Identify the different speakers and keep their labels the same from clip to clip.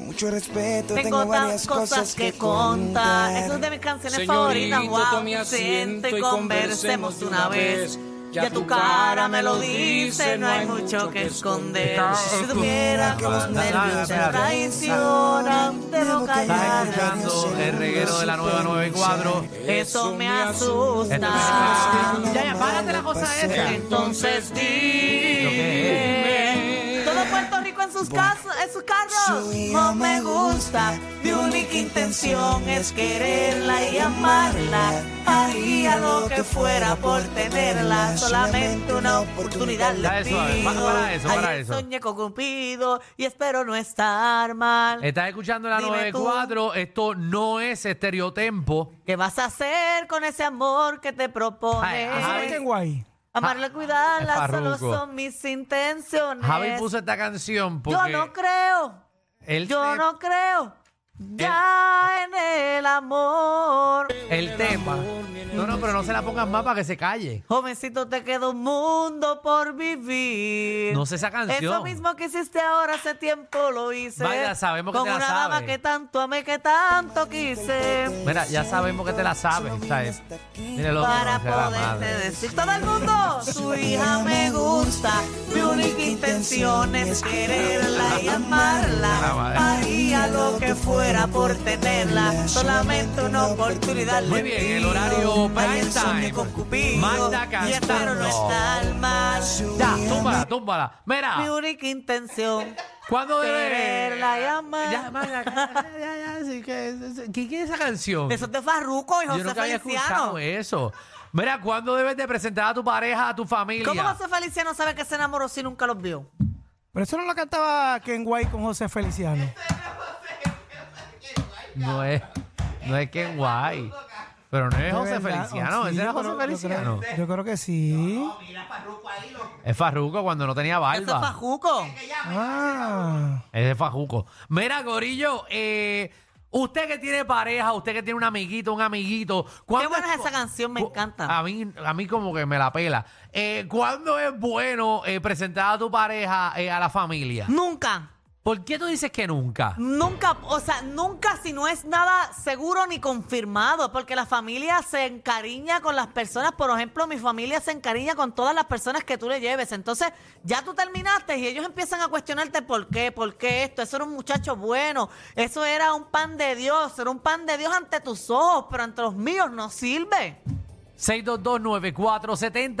Speaker 1: mucho respeto, tengo,
Speaker 2: Tengo
Speaker 1: varias
Speaker 2: tantas
Speaker 1: cosas, que contar.
Speaker 2: Es una de mis canciones
Speaker 3: Señorita,
Speaker 2: favoritas. Wow,
Speaker 3: tome asiento
Speaker 2: siento
Speaker 3: y
Speaker 2: y
Speaker 3: conversemos
Speaker 2: conversemos de una vez. Ya tu cara me lo dice, no hay mucho que esconder. Si tuviera que los nervios te traicionan, te lo
Speaker 1: Estás
Speaker 2: callarán.
Speaker 1: escuchando
Speaker 4: el reguero de la nueva 94.
Speaker 2: Eso me
Speaker 4: Esto
Speaker 2: asusta.
Speaker 4: es- Ya, ya, párate la cosa esa.
Speaker 2: pues, Entonces
Speaker 4: que
Speaker 2: dime. Todo Puerto Rico en sus casas, en sus carros. No me gusta. Mi única intención es quererla y amarla. Haría lo que fuera por tenerla. Solamente una oportunidad
Speaker 4: Dale
Speaker 2: le
Speaker 4: suave,
Speaker 2: pido.
Speaker 4: pa- para eso, para
Speaker 2: Ayer
Speaker 4: eso.
Speaker 2: soñé con Cupido y espero no estar mal.
Speaker 4: Estás escuchando la
Speaker 2: Dime tú.
Speaker 4: 94. Esto no es estereotempo.
Speaker 2: ¿Qué vas a hacer con ese amor que te
Speaker 4: Ay,
Speaker 2: propones?
Speaker 4: ajá,
Speaker 5: ¿Sabes qué guay?
Speaker 2: Amarla,
Speaker 4: es
Speaker 2: cuidarla,
Speaker 4: Farruko.
Speaker 2: solo son mis intenciones.
Speaker 4: Javi puso esta canción
Speaker 2: Yo
Speaker 4: porque.
Speaker 2: no creo,
Speaker 4: él
Speaker 2: yo
Speaker 4: te-
Speaker 2: no creo ya en el amor.
Speaker 4: El tema. No, no, pero no se la pongas más para que se calle.
Speaker 2: Jovencito, te queda un mundo por vivir.
Speaker 4: No sé esa canción.
Speaker 2: Eso mismo que hiciste ahora hace tiempo lo hice.
Speaker 4: Vaya, sabemos que
Speaker 2: Con
Speaker 4: te la
Speaker 2: una
Speaker 4: sabes.
Speaker 2: dama que tanto amé, que tanto quise.
Speaker 4: Mira, ya sabemos que te la sabes, ¿sabes? Míralo.
Speaker 2: Para
Speaker 4: no, se la
Speaker 2: poderte
Speaker 4: madre.
Speaker 2: decir todo el mundo, su hija me gusta, mi única intención es quererla y
Speaker 4: La madre.
Speaker 2: amarla. Haría lo que fuera por tenerla, solamente una oportunidad.
Speaker 4: Muy
Speaker 2: le
Speaker 4: bien,
Speaker 2: pido.
Speaker 4: el horario prime
Speaker 2: Ayer soñé
Speaker 4: time.
Speaker 2: con Cupido
Speaker 4: Magda
Speaker 2: y espero
Speaker 4: cantando.
Speaker 2: no estar mal.
Speaker 4: Ya, túmbala, túmbala.
Speaker 2: Mi
Speaker 4: Mira,
Speaker 2: única intención.
Speaker 4: ¿cuándo debe?
Speaker 2: Quererla y amar.
Speaker 4: Ya, Magda, ya, ya, ya, sí, que- ¿Qué qué es esa canción?
Speaker 2: Eso es de Farruko y
Speaker 4: Yo
Speaker 2: José
Speaker 4: nunca había
Speaker 2: Feliciano.
Speaker 4: escuchado eso. Mira, ¿cuándo debes de presentar a tu pareja, a tu familia?
Speaker 2: ¿Cómo José Feliciano sabe que se enamoró si nunca los vio?
Speaker 5: Pero eso no lo cantaba Ken Guay con José Feliciano.
Speaker 4: No es, no es Ken Guay. Pero no es
Speaker 5: De
Speaker 4: José
Speaker 5: verdad,
Speaker 4: Feliciano,
Speaker 5: oh, sí,
Speaker 4: ese era
Speaker 5: yo
Speaker 4: José
Speaker 5: creo- yo creo-
Speaker 4: Feliciano.
Speaker 5: Yo creo que sí.
Speaker 4: Es Farruco cuando no tenía
Speaker 2: Eso es
Speaker 4: barba.
Speaker 2: Farruko.
Speaker 5: Ah,
Speaker 4: Ese es Fajuco. Mira, Gorillo, eh, usted que tiene pareja, usted que tiene un amiguito, un amiguito.
Speaker 2: Qué
Speaker 4: ¿cuándo
Speaker 2: buena es
Speaker 4: co-
Speaker 2: esa canción, me
Speaker 4: cu-
Speaker 2: encanta.
Speaker 4: A mí, a mí como que me la pela. Eh, ¿Cuándo es bueno eh, presentar a tu pareja eh, a la familia?
Speaker 2: Nunca,
Speaker 4: ¿Por qué tú dices que nunca?
Speaker 2: nunca, o sea, nunca si no es nada seguro ni confirmado, porque la familia se encariña con las personas. Por ejemplo, mi familia se encariña con todas las personas que tú le lleves. Entonces, ya tú terminaste y ellos empiezan a cuestionarte por qué, por qué esto. Eso era un muchacho bueno, eso era un pan de Dios, era un pan de Dios ante tus ojos, pero ante los míos no sirve.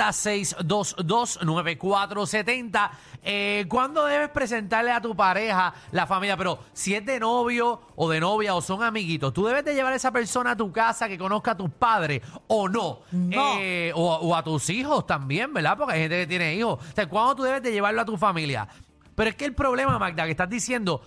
Speaker 4: 622-9470, 622-9470. Eh, ¿Cuándo debes presentarle a tu pareja la familia? Pero si es de novio o de novia o son amiguitos, ¿tú debes de llevar a esa persona a tu casa que conozca a tus padres o no?
Speaker 2: No.
Speaker 4: Eh, o, o a tus hijos también, ¿verdad? Porque hay gente que tiene hijos. O sea, ¿cuándo tú debes de llevarlo a tu familia? Pero es que el problema, Magda, que estás diciendo...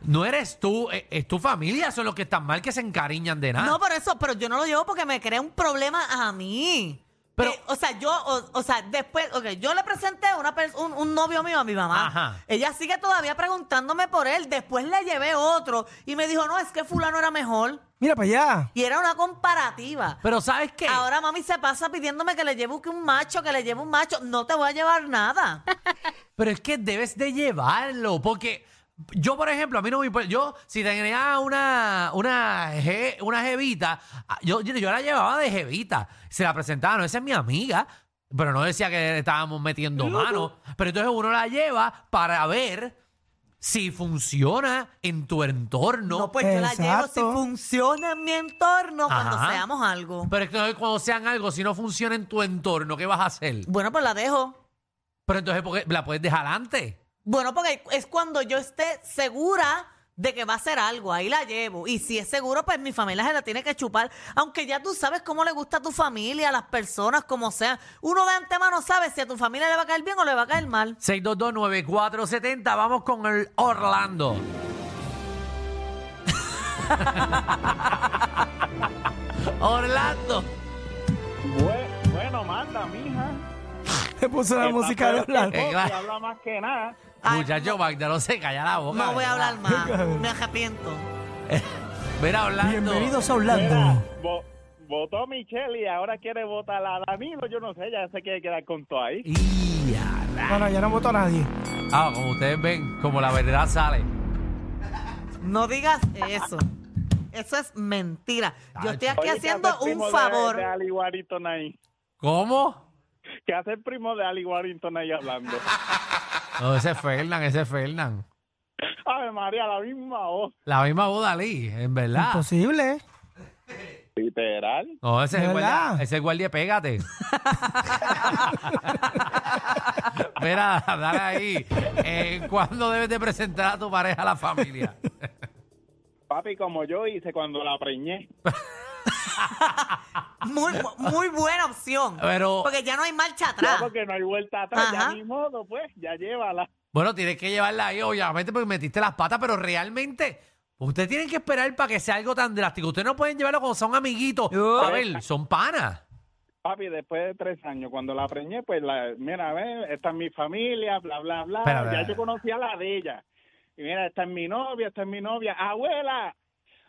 Speaker 4: No eres tú, es, es tu familia, son los que están mal que se encariñan de nada.
Speaker 2: No, por eso, pero yo no lo llevo porque me crea un problema a mí.
Speaker 4: Pero-
Speaker 2: Pero, o sea, yo, o, o sea, después, ok, yo le presenté a una pers- un, un novio mío a mi mamá.
Speaker 4: Ajá.
Speaker 2: Ella sigue todavía preguntándome por él. Después le llevé otro y me dijo, no, es que fulano era mejor.
Speaker 5: mira para allá.
Speaker 2: Y era una comparativa.
Speaker 4: Pero ¿sabes qué?
Speaker 2: Ahora mami se pasa pidiéndome que le lleve que un macho, que le lleve un macho. No te voy a llevar nada.
Speaker 4: Pero es que debes de llevarlo, porque yo, por ejemplo, a mí no me importa. Yo, si tenía una, una, je- una jevita, ah, yo, yo, yo la llevaba de jevita. Se la presentaba, no, esa es mi amiga. Pero no decía que le estábamos metiendo mano. Pero entonces uno la lleva para ver si funciona en tu entorno.
Speaker 2: No, pues yo la llevo si
Speaker 5: Exacto.
Speaker 2: funciona en mi entorno
Speaker 4: Ajá.
Speaker 2: cuando seamos algo.
Speaker 4: Pero es que entonces cuando sean algo, si no funciona en tu entorno, ¿qué vas a hacer?
Speaker 2: Bueno, pues la dejo.
Speaker 4: Pero entonces ¿por qué la puedes dejar antes.
Speaker 2: Bueno, porque es cuando yo esté segura de que va a ser algo, ahí la llevo. Y si es seguro, pues mi familia se la tiene que chupar. Aunque ya tú sabes cómo le gusta a tu familia, a las personas, como sea. Uno de antemano sabe si a tu familia le va a caer bien o le va a caer mal.
Speaker 4: 6229470, vamos con el Orlando. Orlando.
Speaker 6: Bue- Bueno, manda, mija.
Speaker 5: Le puso la
Speaker 6: Que
Speaker 5: música de
Speaker 6: está fuera
Speaker 5: hablar.
Speaker 4: Eh,
Speaker 6: poco
Speaker 4: claro.
Speaker 6: y habla más que nada.
Speaker 2: Ay,
Speaker 4: Muchacho, Magda, no se calla la boca.
Speaker 2: No voy a
Speaker 4: ¿verdad?
Speaker 2: hablar más, me arrepiento.
Speaker 4: Mira, Orlando.
Speaker 5: Bienvenidos a
Speaker 6: Mira,
Speaker 5: Orlando.
Speaker 6: vo- votó Michelle y ahora quiere votar a Danilo. Yo no sé, ya se quiere quedar con todo ahí.
Speaker 4: Y a ra-
Speaker 5: Bueno, ya no votó a nadie.
Speaker 4: Ah, como ustedes ven, como la verdad sale.
Speaker 2: No digas eso. Eso es mentira. Yo estoy aquí
Speaker 6: Oye, ¿qué
Speaker 2: haciendo
Speaker 6: hace el primo
Speaker 2: un
Speaker 6: de-
Speaker 2: favor.
Speaker 6: De, Ali Warrington ahí.
Speaker 4: ¿Cómo?
Speaker 6: ¿Qué hace el primo de Ali Warrington ahí hablando?
Speaker 4: No, ese es Fernan, ese es Fernan.
Speaker 6: Ave María, la misma voz.
Speaker 4: La misma Budalí, en verdad.
Speaker 5: Imposible. ¿eh?
Speaker 6: Literal.
Speaker 4: No, ese es el
Speaker 5: ¿De verdad?
Speaker 4: guardia, ese es el guardia, pégate. Mira, dale ahí. Eh, ¿Cuándo debes de presentar a tu pareja a la familia?
Speaker 6: Papi, como yo hice cuando la preñé.
Speaker 2: Muy, bu- muy buena opción.
Speaker 4: Pero-
Speaker 2: Porque ya no hay marcha
Speaker 6: Ya
Speaker 2: atrás.
Speaker 6: porque no hay vuelta atrás,
Speaker 2: Ajá.
Speaker 6: ya ni modo, pues, ya llévala.
Speaker 4: Bueno, tienes que llevarla ahí, obviamente, porque metiste las patas, pero realmente, ustedes tienen que esperar para que sea algo tan drástico. Ustedes no pueden llevarlo cuando son amiguitos. A ver, son panas.
Speaker 6: Papi, después de tres años, cuando la preñé, pues, la, mira, a ver, esta es mi familia, bla, bla, bla.
Speaker 4: Espera,
Speaker 6: ya
Speaker 4: espera, espera.
Speaker 6: yo conocía la de ella. Y mira, esta es mi novia, esta es mi novia. Abuela,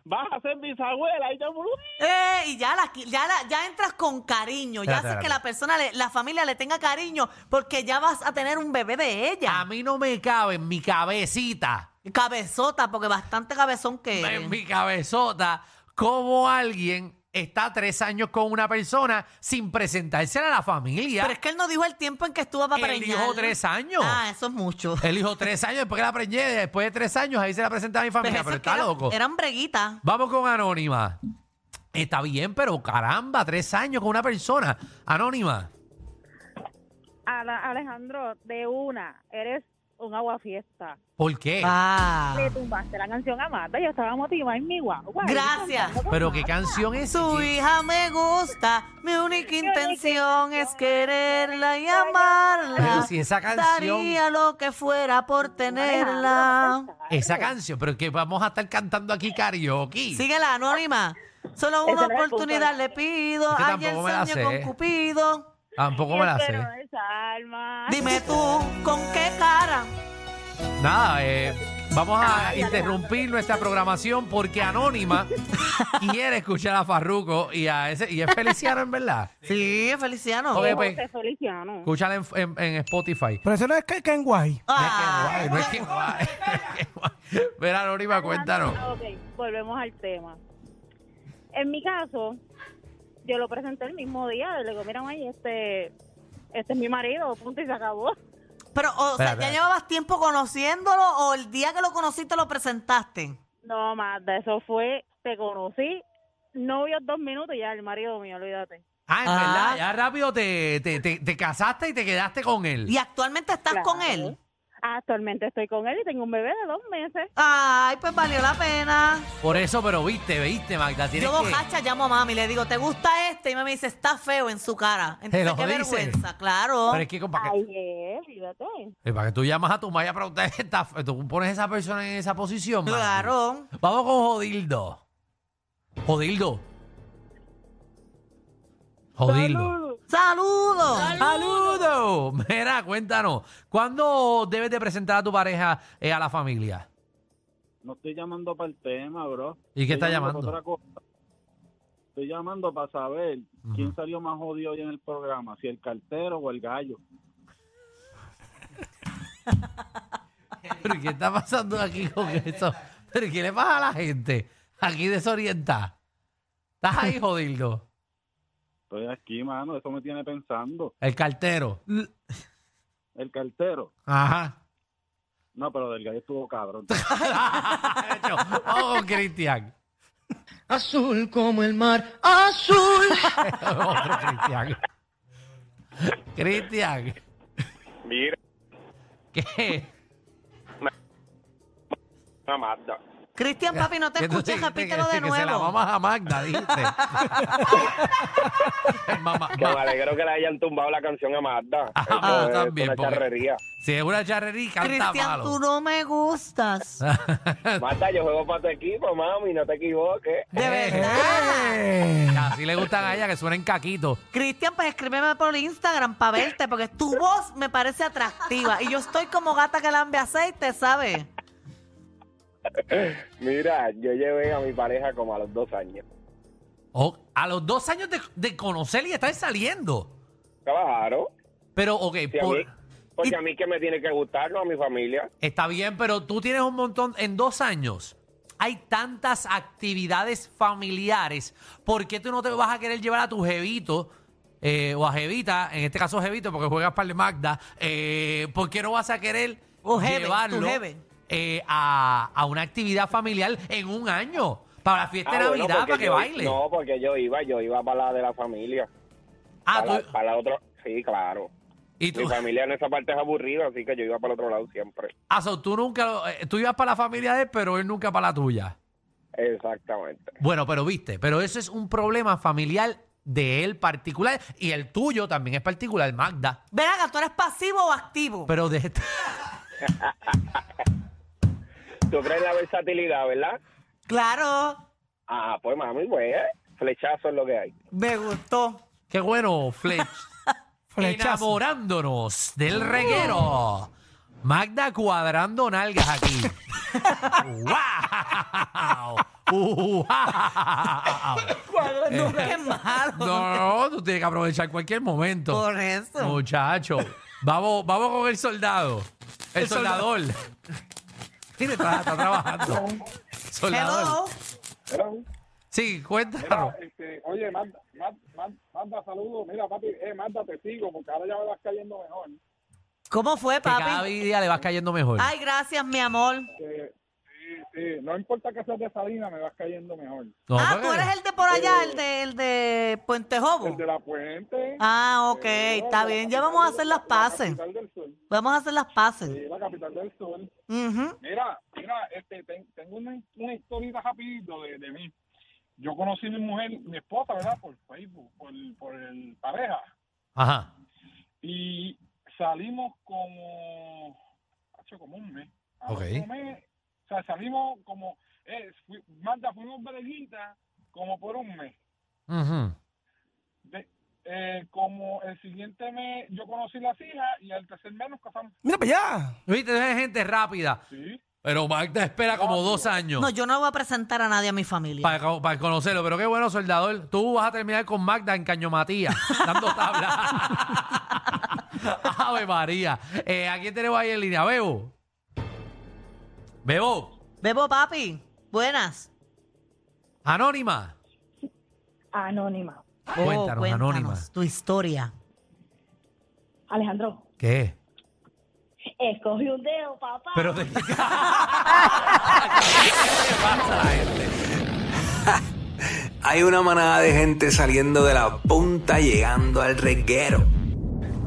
Speaker 6: vas a ser bisabuela. Y yo, "Uy".
Speaker 2: Eh, y ya, la, qui- ya, la- ya entras con cariño. Ya
Speaker 4: Espérate,
Speaker 2: haces
Speaker 4: espérate.
Speaker 2: que la persona, le- la familia le tenga cariño porque ya vas a tener un bebé de
Speaker 4: A
Speaker 2: ella.
Speaker 4: mí no me cabe en mi cabecita.
Speaker 2: Cabezota, porque bastante cabezón que eres.
Speaker 4: en mi cabezota cómo alguien está tres años con una persona sin presentársela a la familia.
Speaker 2: Pero es que él no dijo el tiempo en que estuvo para
Speaker 4: Él dijo
Speaker 2: preñar.
Speaker 4: tres años.
Speaker 2: Ah, eso es mucho.
Speaker 4: Él dijo tres años, después que la preñé, después de tres años, ahí se la presenta a mi
Speaker 2: Pues
Speaker 4: familia,
Speaker 2: eso
Speaker 4: pero
Speaker 2: es que
Speaker 4: está
Speaker 2: era-
Speaker 4: loco.
Speaker 2: Eran breguitas.
Speaker 4: Vamos con Anónima. Está bien, pero caramba, tres años con una persona. Anónima.
Speaker 3: Ala- Alejandro, de una, eres un aguafiesta.
Speaker 4: ¿Por qué?
Speaker 2: Ah.
Speaker 3: Le tumbaste la canción a Marta, yo estaba motivada en mi guagua.
Speaker 2: Gracias.
Speaker 3: Cantando con
Speaker 4: pero qué
Speaker 3: Marta.
Speaker 4: canción es
Speaker 2: Su hija me gusta, mi única intención es quererla y amarla.
Speaker 4: Pero si esa canción,
Speaker 2: Daría lo que fuera por tenerla.
Speaker 3: Alejandro,
Speaker 4: esa canción, pero que vamos a estar cantando aquí karaoke.
Speaker 2: Síguela, anónima. Solo
Speaker 3: Ese
Speaker 2: una
Speaker 3: no es el punto
Speaker 2: oportunidad
Speaker 3: de-
Speaker 2: le pido.
Speaker 4: Es que
Speaker 2: Ayer
Speaker 4: tampoco me la
Speaker 2: soñé con
Speaker 4: sé.
Speaker 2: Cupido.
Speaker 4: Tampoco me la sé.
Speaker 3: Pero esa alma.
Speaker 2: Dime tú, ¿con qué cara?
Speaker 4: Nada, eh, vamos a interrumpir nuestra programación porque Anónima quiere escuchar a Farruco y a ese y es Feliciano en verdad.
Speaker 2: Sí, Feliciano.
Speaker 4: Ok, pues,
Speaker 3: José Feliciano.
Speaker 4: escúchala en, en- en Spotify.
Speaker 5: Pero eso no es que que en Guay.
Speaker 2: Ah,
Speaker 4: No es que guay, no es que guay. Mira, Anónima, cuéntanos.
Speaker 3: Ah, Ok, volvemos al tema. En mi caso, yo lo presenté el mismo día. Le digo, mira, May, este, este es mi marido, punto y se acabó.
Speaker 2: Pero, o sea,
Speaker 4: Espera,
Speaker 2: ¿ya
Speaker 4: espera.
Speaker 2: llevabas tiempo conociéndolo o el día que lo conociste lo presentaste?
Speaker 3: No, Marta, eso fue, te conocí, novios dos minutos y ya el marido mío, olvídate.
Speaker 4: Ah, en
Speaker 2: Ah.
Speaker 4: verdad, ya rápido te, te, te- te casaste y te quedaste con él.
Speaker 2: ¿Y actualmente estás
Speaker 3: Claro.
Speaker 2: con él?
Speaker 3: Actualmente estoy con él y tengo un bebé de dos meses.
Speaker 2: Ay, pues valió la pena.
Speaker 4: Por eso, pero viste, viste, Magda, tienes
Speaker 2: Yo
Speaker 4: que-
Speaker 2: bojacha llamo a mami, le digo, ¿te gusta este? Y mami dice, está feo en su cara.
Speaker 4: Te
Speaker 2: Entonces,
Speaker 4: lo
Speaker 2: qué
Speaker 4: dice.
Speaker 2: vergüenza, claro.
Speaker 4: Pero es que para que,
Speaker 3: Ay, eh, fíjate.
Speaker 4: eh, para que tú llamas a tu maya para usted, está- tú pones a esa persona en esa posición. Magda.
Speaker 2: Claro.
Speaker 4: Vamos con Jodildo. Jodildo. Jodildo.
Speaker 3: Saludos.
Speaker 2: ¡Saludos!
Speaker 4: ¡Saludo! Mira, cuéntanos, ¿cuándo debes de presentar a tu pareja eh, a la familia?
Speaker 6: No estoy llamando para el tema, bro.
Speaker 4: ¿Y qué
Speaker 6: Estoy
Speaker 4: está
Speaker 6: pa'
Speaker 4: llamando?
Speaker 6: otra cosa. Estoy llamando para saber
Speaker 4: Ujú.
Speaker 6: quién salió más jodido hoy en el programa, si el cartero o el gallo.
Speaker 4: ¿Pero qué está pasando aquí con eso? ¿Pero qué le pasa a la gente? Aquí desorientada. ¿Estás ahí, Jodildo?
Speaker 6: Estoy aquí, mano, eso me tiene pensando.
Speaker 4: El cartero.
Speaker 6: El cartero.
Speaker 4: Ajá.
Speaker 6: No, pero del gallo estuvo cabrón.
Speaker 4: Vamos con Cristian.
Speaker 1: Azul como el mar, azul.
Speaker 4: Otro Cristian. Cristian.
Speaker 7: Mira,
Speaker 4: ¿Qué?
Speaker 7: una Mazda.
Speaker 2: Cristian, papi, no te
Speaker 4: Que tú
Speaker 2: escuches,
Speaker 4: dijiste
Speaker 2: repítelo
Speaker 4: que-
Speaker 2: de
Speaker 4: que se la
Speaker 2: nuevo.
Speaker 4: mamas a Magda, dijiste. Mamá-
Speaker 7: Que me
Speaker 4: ma-
Speaker 7: alegro que le hayan tumbado la canción a Mazda.
Speaker 4: Ah,
Speaker 7: Eso
Speaker 4: bueno,
Speaker 7: es
Speaker 4: también,
Speaker 7: Una
Speaker 4: porque-
Speaker 7: charrería.
Speaker 4: si es una charrería, canta
Speaker 2: Cristian, tú
Speaker 4: malo. Ah.
Speaker 2: no me gustas.
Speaker 7: Mazda, yo juego para tu equipo, mami, no te equivoques.
Speaker 2: De verdad.
Speaker 4: Eh,
Speaker 5: Eh.
Speaker 4: Así le gustan a ella que suenen caquitos.
Speaker 2: Cristian, pues escríbeme por Instagram para verte, porque tu voz me parece atractiva. Y yo estoy como gata que lambe aceite, ¿sabes?
Speaker 7: Mira, yo llevé a mi pareja como a los dos años.
Speaker 4: Oh, a los dos años de, de conocer y estar saliendo.
Speaker 7: Claro.
Speaker 4: Pero, ok,
Speaker 7: Si a
Speaker 4: por-
Speaker 7: mí- porque a mí que me tiene que gustar, no a mi familia.
Speaker 4: está bien, pero tú tienes un montón en dos años. hay tantas actividades familiares, ¿por qué tú no te vas a querer llevar a tu jevito? eh, o a Jevita, en este caso Jevito, porque juegas para el Magda, eh, ¿por qué no vas a querer
Speaker 2: O jeve, tu
Speaker 4: llevarlo
Speaker 2: jeve.
Speaker 4: eh, a, a una actividad familiar en un año? Para la fiesta de
Speaker 7: Ah, bueno,
Speaker 4: Navidad,
Speaker 7: porque
Speaker 4: para que
Speaker 7: yo-
Speaker 4: baile.
Speaker 7: No, porque yo iba, yo iba para la de la familia.
Speaker 4: ah,
Speaker 7: para,
Speaker 4: tú-
Speaker 7: para la otra. Sí, claro.
Speaker 4: y
Speaker 7: Mi
Speaker 4: tú,
Speaker 7: familia en esa parte es aburrida, así que yo iba para el otro lado siempre.
Speaker 4: Ah, so, tú nunca, lo- eh, tú ibas para la familia de él, pero él nunca para la tuya.
Speaker 7: Exactamente.
Speaker 4: Bueno, pero viste, pero eso es un problema familiar de él particular y el tuyo también es particular, Magda.
Speaker 2: Ven acá, ¿tú eres pasivo o activo?
Speaker 4: Pero de este,
Speaker 7: ¿Tú crees en la versatilidad, verdad?
Speaker 2: claro,
Speaker 7: Ah, pues mami, pues, eh, flechazo es lo que hay.
Speaker 2: me gustó.
Speaker 4: qué bueno, Fletch.
Speaker 5: Flechazo.
Speaker 4: Enamorándonos del reguero. Magda cuadrando nalgas aquí. ¡Wow! ¡Wow!
Speaker 2: No, qué malo.
Speaker 4: No, tú tienes que aprovechar cualquier momento.
Speaker 2: Por eso.
Speaker 4: Muchacho, vamos, vamos con el soldado. El, soldador. Tiene está, está trabajando.
Speaker 2: Hello.
Speaker 4: soldador.
Speaker 6: Pero,
Speaker 4: Sí, cuéntanos.
Speaker 6: este, oye, manda, manda, manda saludos. Mira, papi, eh, manda, te sigo, porque ahora ya me vas cayendo mejor.
Speaker 2: ¿Cómo fue,
Speaker 4: Que cada
Speaker 2: papi?
Speaker 4: día le vas cayendo mejor.
Speaker 2: Ay, gracias, mi amor.
Speaker 6: Que, sí, sí, no importa que seas de Salina, me vas cayendo mejor.
Speaker 4: No, pues,
Speaker 2: ah,
Speaker 4: porque-
Speaker 2: tú eres el de por allá, el de, el de Puente Jobo.
Speaker 6: Eh. El de la puente.
Speaker 2: Ah, ok,
Speaker 6: Eh,
Speaker 2: está
Speaker 6: de la
Speaker 2: bien. Ya
Speaker 6: capital
Speaker 2: vamos a
Speaker 6: del-
Speaker 2: hacer las
Speaker 6: la
Speaker 2: paces.
Speaker 6: capital del sur.
Speaker 2: Vamos a hacer las paces.
Speaker 6: Sí, la capital del sur.
Speaker 2: Ujú.
Speaker 6: Mira, mira, este, ten- tengo una, una historita rapidito de, de mí. Yo conocí a mi mujer, mi esposa, ¿verdad? Por Facebook, por, por el pareja.
Speaker 4: Ajá.
Speaker 6: Y salimos como, hace como un mes. Al
Speaker 4: Ok.
Speaker 6: otro mes, o sea, salimos como, eh, fui- Magda, fuimos breguita como por un mes.
Speaker 4: Ujú.
Speaker 6: De- eh, como el siguiente mes yo conocí las hijas y al tercer mes nos casamos.
Speaker 5: Mira para allá.
Speaker 4: Viste, es gente rápida.
Speaker 6: Sí.
Speaker 4: Pero Magda espera como dos años
Speaker 2: No, yo no voy a presentar a nadie a mi familia.
Speaker 4: para, co- para conocerlo. Pero qué bueno, soldador. Tú vas a terminar con Magda en Caño Matías, dando tabla. Ave María. Eh, ¿A quién tenemos ahí en línea? Bebo. Bebo.
Speaker 2: Bebo, papi. Buenas.
Speaker 4: Anónima.
Speaker 3: Anónima.
Speaker 2: Oh,
Speaker 4: Cuéntanos, Anónima.
Speaker 2: tu historia.
Speaker 3: Alejandro,
Speaker 4: ¿Qué?
Speaker 3: escoge un dedo, papá.
Speaker 4: Pero de... ¿Qué le pasa a la gente?
Speaker 8: Hay una manada de gente saliendo de la punta llegando al reguero.